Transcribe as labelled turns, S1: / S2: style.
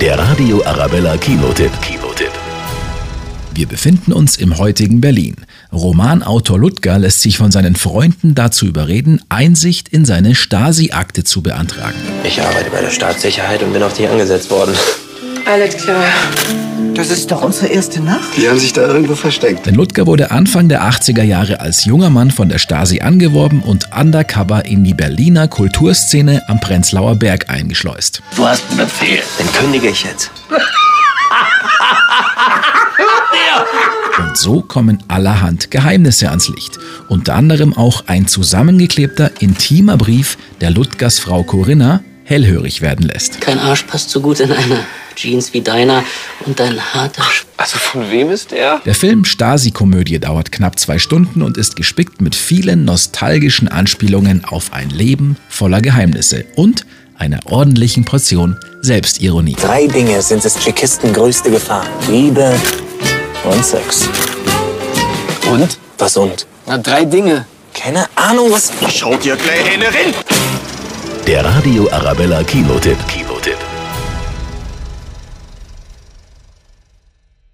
S1: Der Radio Arabella Kinotipp. Kinotipp.
S2: Wir befinden uns im heutigen Berlin. Romanautor Ludger lässt sich von seinen Freunden dazu überreden, Einsicht in seine Stasi-Akte zu beantragen.
S3: Ich arbeite bei der Staatssicherheit und bin auf dich angesetzt worden.
S4: Alles klar.
S5: Das ist doch unsere erste Nacht.
S6: Die haben sich da irgendwo versteckt.
S2: Denn Ludger wurde Anfang der 80er Jahre als junger Mann von der Stasi angeworben und undercover in die Berliner Kulturszene am Prenzlauer Berg eingeschleust.
S7: Du hast einen Befehl.
S3: Dann kündige ich jetzt.
S2: Und so kommen allerhand Geheimnisse ans Licht. Unter anderem auch ein zusammengeklebter, intimer Brief, der Ludgers Frau Corinna hellhörig werden lässt.
S7: Kein Arsch passt so gut in eine Jeans wie deiner und dein harter Sch
S3: Also von wem ist er?
S2: Der Film Stasi-Komödie dauert knapp zwei Stunden und ist gespickt mit vielen nostalgischen Anspielungen auf ein Leben voller Geheimnisse und einer ordentlichen Portion Selbstironie.
S8: Drei Dinge sind des Tschechisten größte Gefahr. Liebe und Sex.
S3: Und?
S8: Was und?
S3: Na, drei Dinge.
S8: Keine Ahnung, was
S1: Der Radio Arabella Kinotipp. Kinotipp.